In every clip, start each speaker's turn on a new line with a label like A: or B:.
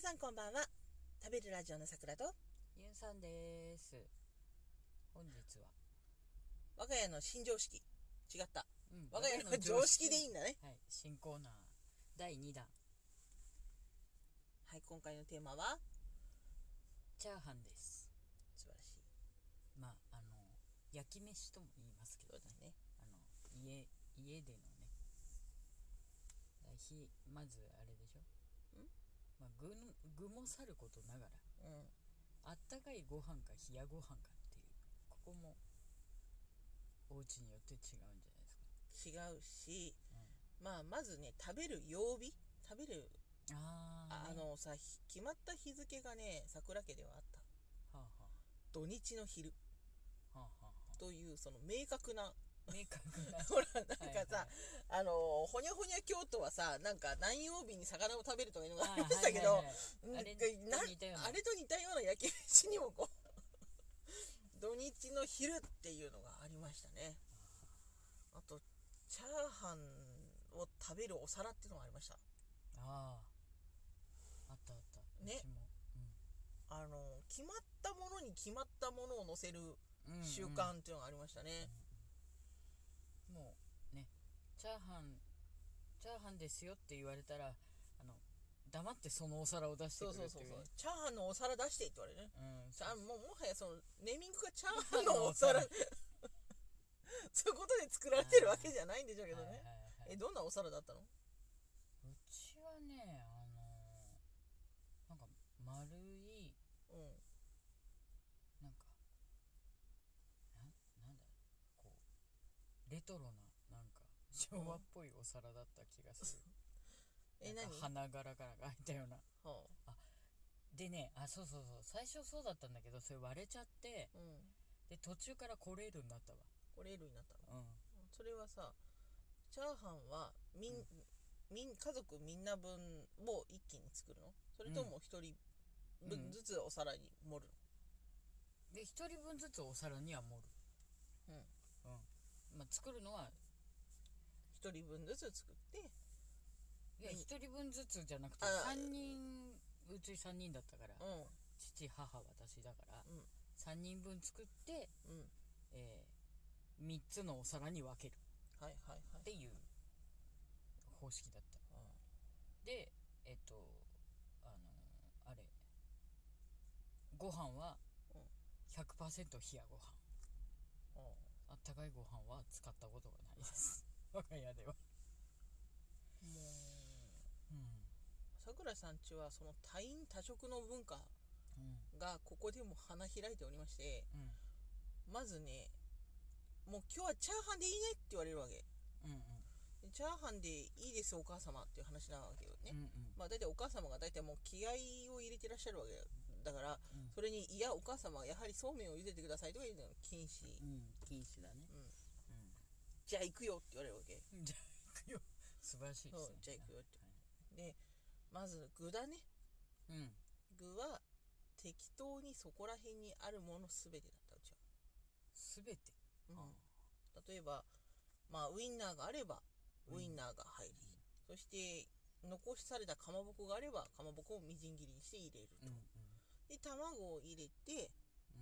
A: さんこんばんは食べるラジオの桜と
B: ゆんさんです。本日は。
A: 我が家の新常識違った
B: うん
A: 我が家の常識でいいんだね
B: はい、新コーナー第2弾、
A: はい今回のテーマは
B: チャーハンです。
A: 素晴らしい
B: まあ、あの、焼き飯とも言いますけ
A: そ
B: ど
A: うだ。ね
B: ねあの、家、家でのね。だからひまず、あれでしょ
A: ん
B: まあ、具の具もさることながら、
A: うん
B: あったかいご飯か冷やご飯かっていう、ここも、お家によって違うんじゃないですか。
A: 違うし
B: う
A: まあまずね食べる曜日食べる
B: ん、あ
A: あ
B: ー、
A: あ
B: ね、
A: のさひ決まった日付がね桜家ではあった
B: はあ、は
A: 土日の昼
B: あ、はあ、はあ。
A: というその明確な
B: 明確な
A: ほらなんかさ、
B: は
A: あのほにゃほにゃ京都はさなんか何曜日に魚を食べるとかいうのがあ
B: いはい
A: りましたけど、
B: あはいはいはい
A: うん
B: あれ
A: でな
B: と似たような
A: あれと似たような焼き飯にもこう 土日の昼っていうのがありましたねあとチャーハンを食べるお皿っていうのがありました
B: あああったあった
A: ね
B: うちも、
A: あの決まったものに決まったものを乗せる
B: うんうんうん
A: 習慣っていうのがありましたね、
B: もうねチャーハンチャーハンですよって言われたらあの黙ってそのお皿を出して
A: そう
B: くる
A: そうそ
B: って
A: う
B: い
A: そう
B: うね
A: チャーハンのお皿出してって言われるね
B: うん
A: さあもうもはやそのネーミングがチャーハ
B: ハ
A: ン
B: ン
A: の
B: の
A: お
B: お皿
A: 皿 そういうことで作られてるわけじゃないんでしょうけど
B: はい
A: ね
B: はいはい
A: えどんなお皿だったの
B: うちはねあのーなんか丸い
A: うん
B: なんかなんなんだこうレトロななんか昭和っぽいお皿だった気がする
A: え
B: な
A: 何
B: んか花柄からが開いたような
A: は
B: でねあそうそうそう最初そうだったんだけどそれ割れちゃって
A: あ、うん
B: で途中から来れるようになったわ
A: これ L になったの
B: うん
A: それはさチャーハンはみん、
B: うん
A: みん家族みんな分を一気に作るのそれとも一人
B: う
A: 分
B: ん
A: ずつお皿に盛る
B: で1人分ずつお皿には盛るうん、まあ、作るのは
A: の一人分ずつ作って
B: いや
A: うん
B: 1人分ずつじゃなくて
A: あ
B: 3人うち3人だったから
A: う
B: 父母私だから
A: うん
B: 3人分作って、
A: んうん
B: え3つのお皿に分ける
A: はいはいはい
B: っていう方式だったでえっとあのあれご飯は
A: うん
B: 100%冷やご飯
A: うん
B: あったかいご飯は使ったことがないです 我が家では
A: もう
B: うん、
A: 桜井さんちはその多飲多食の文化がここでも花開いておりまして
B: うん
A: まずねもう今日はチャーハンでいいねって言われるわけ
B: うんうん
A: でチャーハンでいいですお母様っていう話なわけよね、
B: うん
A: まあ大体お母様が大体もう気合を入れてらっしゃるわけだから
B: うん
A: それにいやお母様はやはりそうめんを茹でてくださいとか言うのは禁止、
B: うんうん禁止だね
A: じゃあ行くよって言われるわけ
B: うんじゃあ行くよ素晴らしいです
A: そ
B: ね
A: うじゃあ行くよってでまず具だね
B: うん
A: 具は適当にそこら辺にあるもの全てだったうちは、
B: すべて
A: うん
B: あ
A: 例えばまあウインナーがあればウインナーが入り、そして残されたかまぼこがあればかまぼこをみじん切りにして入れると、
B: うんうん
A: で卵を入れて、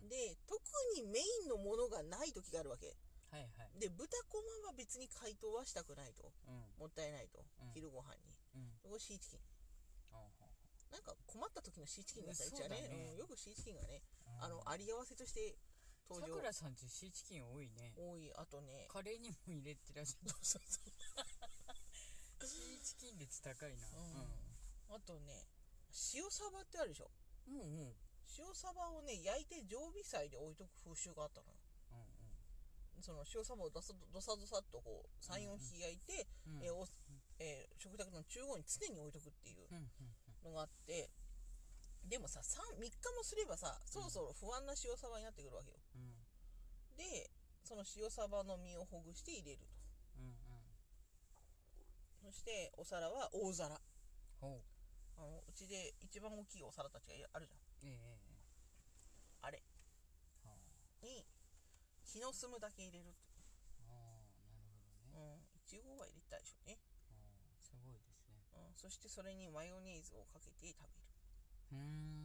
B: うん
A: で特にメインのものがない時があるわけ
B: はいはい
A: で豚こまは別に解凍はしたくないと
B: うん
A: もったいないと、
B: うん
A: 昼ご飯に
B: うん
A: これシーチキン
B: あ
A: なんか困った時のシーチキンがさ
B: うん
A: うちはね
B: そうだね
A: うんよくシーチキンがね、
B: あ
A: あのあり合わせとして登
B: さ
A: 場
B: くらさんちシーチキン多いね
A: 多いあとね
B: カレーにも入れてらっしゃる
A: そうそうそ
B: シーチキン率高いな
A: ううあとね塩サバってあるでしょ
B: うんうんうんうん
A: 塩サバをね焼いて常備菜で置いとく風習があったのよその塩サバをどさどさどさっとこう34匹焼いて、
B: うんうん
A: えーおえー食卓の中央に常に置いとくっていう
B: うんうん
A: のがあってでもさ 3, 3日もすればさそろそろ不安な塩サバになってくるわけよ
B: うん
A: でその塩サバの身をほぐして入れると
B: うんうん
A: そしてお皿は大皿
B: ほう
A: あのうちで一番大きいお皿たちがあるじ
B: ええええ
A: ゃんあれ
B: ああ
A: に気の済むだけ入れるって
B: ああなるほど
A: うん
B: ね
A: いちごは入れたでしょうね、
B: ああすごいですね
A: うん、そしてそれにマヨネーズをかけて食べる
B: うーん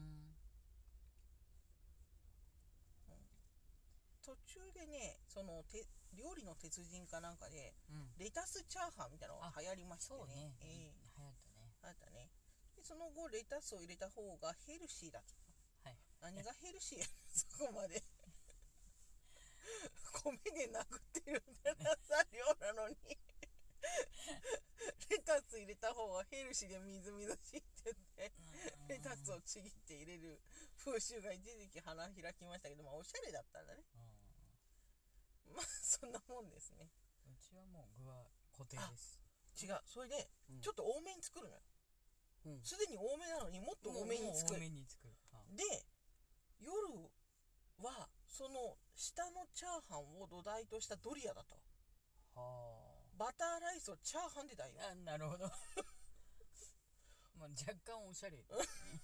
A: 途中でねそのて料理の鉄人かなんかで
B: うん
A: レタスチャーハンみたいなのが流行りまして
B: そうね
A: ね、ええ
B: 流
A: あ
B: 行ったね
A: ったねでその後レタスを入れた方がヘルシーだと
B: はい
A: 何がヘルシーや そこまで米で殴ってるんだなさ量なのにレタス入れた方がヘルシーでみずみずしいって言ってレタス
B: う
A: をちぎって入れる風習が一時期花開きましたけどまあおしゃれだったんだね
B: ん
A: まあそんなもんですね
B: うちはもう具は固定です
A: 違うそれで
B: うん
A: ちょっと多めに作るのよ
B: うん
A: すでに多めなのにもっと多めに作
B: もう多
A: る
B: めに作るあ
A: で夜はその下のチャーハンを土台としたドリアだと
B: は
A: バターライスをチャーハンで代用
B: ああなるほど まあ若干おしゃ れですね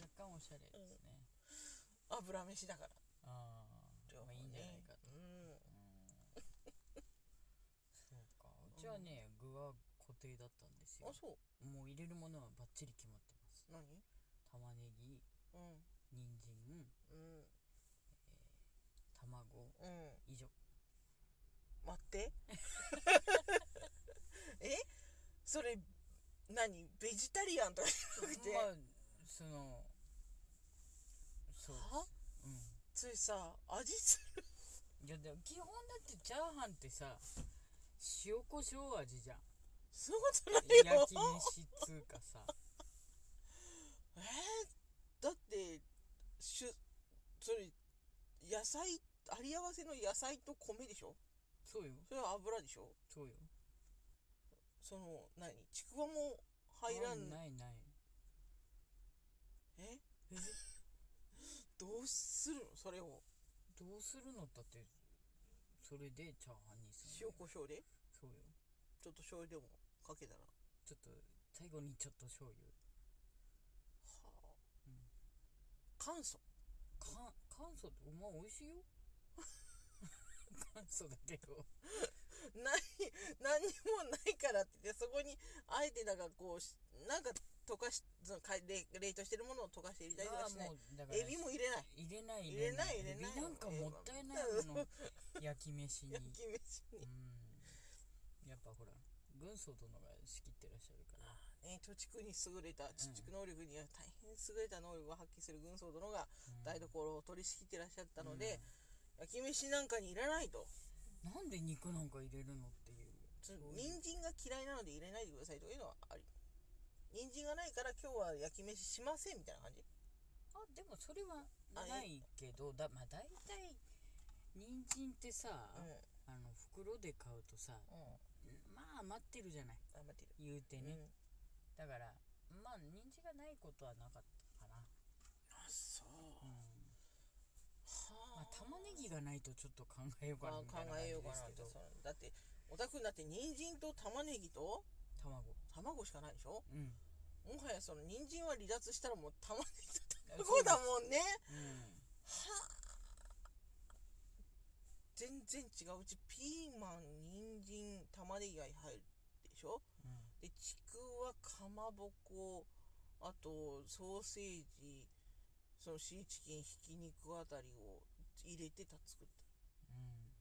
B: 若干おしゃれですね
A: 油飯だから
B: ああ
A: 両方
B: まあ
A: ね
B: いいんじゃないかと
A: うん
B: うんそうかうちはね具は固定だったんですよ
A: あそう
B: もう入れるものはバッチリ決まってます
A: 何
B: 玉ねぎ
A: うん
B: 人参
A: うん
B: 卵
A: うん
B: 以上
A: 待って えそれ何ベジタリアンとかじゃなくて、
B: まあそのそうです
A: は
B: うん
A: それさ味する
B: いやでも基本だってチャーハンってさ塩コショウ味じゃん
A: そんなこと ない
B: 焼
A: よ
B: き飯っつうかさ
A: えー、だってしゅそれ野菜あり合わせの野菜と米でしょ
B: そうよ
A: それは油でしょ
B: そうよ
A: その何ちくわも入らん
B: ないない
A: え
B: え
A: どうするのそれを
B: どうするのだってそれでチャーハンにする
A: 塩
B: のよ
A: コショウで
B: そうよ
A: ちょっと醤油でもかけたらは
B: ちょっと最後にちょっと醤油
A: あ、
B: うん
A: 簡素
B: か簡素ってお前美味しいよ簡素だけど
A: ない何にもないからって言ってそこにあえてなんかこうしなんか溶かしそのか冷冷凍してるものを溶かして入れたりとかしない
B: もうだ
A: エビも入れない
B: 入れない
A: 入れない入れない
B: エビなんかもったいない
A: うん
B: あの焼き飯に
A: 焼き飯に
B: うんやっぱほら軍曹殿が仕切ってらっしゃるから
A: ね、貯蓄に優れた貯蓄能力には大変優れた能力を発揮する軍曹殿が
B: うん
A: 台所を取り仕切ってらっしゃったので、焼き飯なんかにいらないと
B: うんなんで肉なんか入れるのっていう
A: つ
B: そう
A: 人参が嫌いなので入れないでくださいというのはあり人参がないから今日は焼き飯しませんみたいな感じ
B: あでもそれは
A: あ
B: ないけどだまあ大体人参ってさ、
A: うんうん
B: あの袋で買うとさまあ余ってるじゃない
A: 頑張ってる
B: 言うて
A: うん
B: ね、だからまあ人参がないことはなかったかな
A: あそう
B: うんま
A: は
B: あ玉ねぎがないとちょっと考えようか
A: まあ
B: なみ
A: 考
B: たいな感
A: え
B: じ
A: ようかな
B: ですけ
A: と
B: ど
A: そうだってお宅になって人参と玉ねぎと
B: 卵
A: 卵しかないでしょ
B: うん
A: もはやその人参は離脱したらもう玉ねぎと
B: あ
A: 卵だ
B: う
A: もんね
B: ですうん
A: はあ全然違ううちピーマン人参玉ねぎが入るでしょ
B: うん
A: でちくわかまぼこあとソーセージそのシーチキンひき肉あたりを入れてた作った
B: うん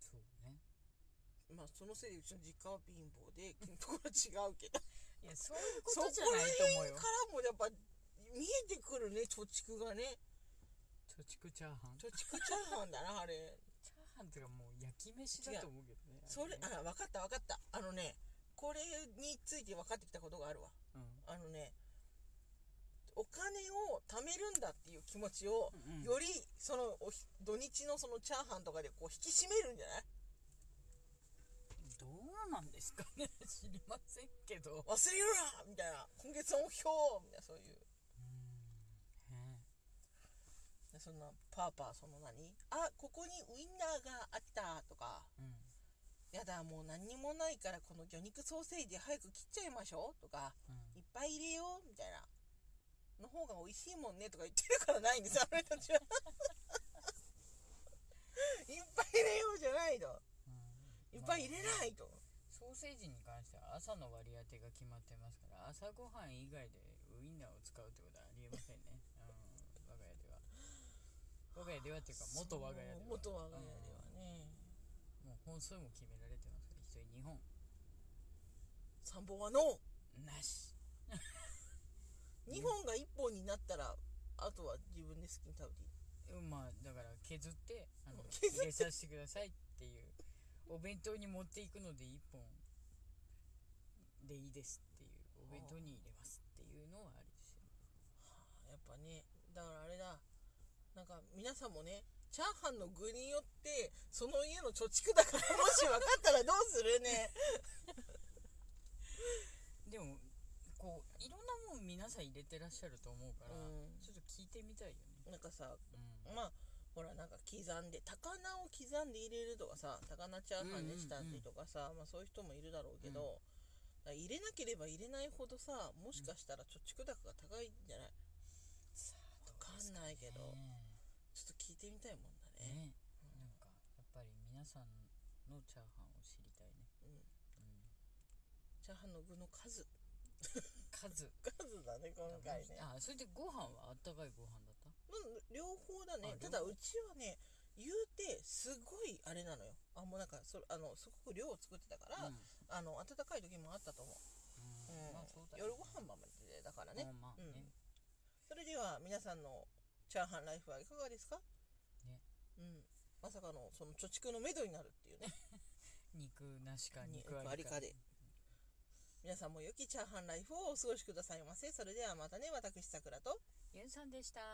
B: そうね
A: まあそのせいでうちの実家は貧乏 で君のところは違うけど
B: いやそういうこ
A: そ
B: と
A: こ
B: じゃないと思う
A: ら辺
B: よ
A: からもやっぱ見えてくるね貯蓄がね
B: 貯蓄チャーハンチ
A: 貯蓄チャーハンだなあ れ
B: ャーハンってかもう焼き飯だと思うけどね
A: それ
B: あね
A: あ分かった分かったあのねこれについて分かってきたことがあるわ
B: うん
A: あのねお金を貯めるんだっていう気持ちを
B: うん
A: よりそのおひ土日のそのチャーハンとかでこう引き締めるんじゃない
B: どうなんですかね 知りませんけど
A: 忘れるなみたいな今月の目標みたいなそういう
B: うんね
A: でそんなパーパーその何あここにウインナーがあったとか
B: うん
A: やだもう何にもないからこの魚肉ソーセージ早く切っちゃいましょうとか
B: うん
A: いっぱい入れようみたいなの方が美味しいもんねとか言ってるからないんですあの人たちは いっぱい入れようじゃないと
B: うん
A: いっぱい入れないと
B: そうソーセージに関しては朝の割り当てが決まってますから朝ごはん以外でウインナーを使うってことはありえませんね、うん、我が家では我が家ではっていうか元我が家では
A: そう元我が家ではね、
B: もう本数も決められてますから一人2本
A: 三本はノ
B: なし
A: ー2本が1本になったらあとは自分で好きに食べていい
B: うんまあだから削ってあ の
A: 削って
B: 入れさせてくださいっていうお弁当に持っていくので1本でいいですっていうお弁当に入れますっていうのはありですよ
A: やっぱねだからあれだなんか皆さんもねチャーハンの具によってその家の貯蓄だからもし分かったらどうするね
B: でもこういろんなもん皆さん入れてらっしゃると思うから、
A: うん
B: ちょっと聞いてみたいよね、
A: なんかさ
B: うん
A: まあほらなんか刻んで高菜を刻んで入れるとかさ高菜チャーハンにしたりとかさ、まあ、そういう人もいるだろうけど、
B: うん
A: だから入れなければ入れないほどさもしかしたら貯蓄高が高いんじゃない
B: さあ
A: 分かんないけど、
B: ね
A: ちょっと聞いてみたいもんだ
B: え
A: ね、
B: ねえなんかやっぱり皆さんのチャーハンを知りたいね、
A: うん、
B: うん、
A: チャーハンの具の数
B: 数
A: 数だね今回ね
B: あそれでご飯はあったかいご飯だった
A: まあ、両方だね
B: あ
A: ただう
B: 両方
A: ちはね言うてすごいあれなのよあもうなんかそれあのすごく量を作ってたから、
B: うん
A: あの暖かい時もあったと思う、うん
B: うんまあそうだ
A: 夜
B: よ
A: ご飯までだからね、
B: うんまあね、
A: うんそれでは皆さんのチャーハンライフはいかがですか
B: ね
A: うんまさかのその貯蓄のめどになるっていうね
B: 肉なしか
A: に
B: 肉あり
A: 肉ありか
B: か
A: で皆さんも良きチャーハンライフをお過ごしくださいませそれではまたね私さくらと
B: ゆんさんでした